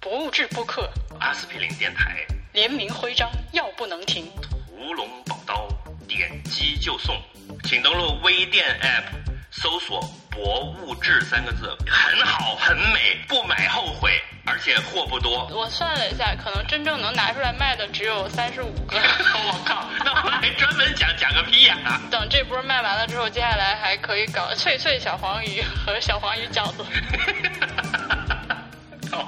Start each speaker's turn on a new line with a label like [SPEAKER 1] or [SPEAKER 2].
[SPEAKER 1] 博物志播客
[SPEAKER 2] 阿司匹林电台
[SPEAKER 1] 联名徽章药不能停。
[SPEAKER 2] 屠龙宝刀，点击就送，请登录微店 App 搜索“博物志”三个字，很好，很美，不买后悔，而且货不多。
[SPEAKER 1] 我算了一下，可能真正能拿出来卖的只有三十五 个。
[SPEAKER 2] 我靠，那我还专门讲讲个屁呀、啊
[SPEAKER 1] 等这波卖完了之后，接下来还可以搞脆脆小黄鱼和小黄鱼饺子。
[SPEAKER 2] 好。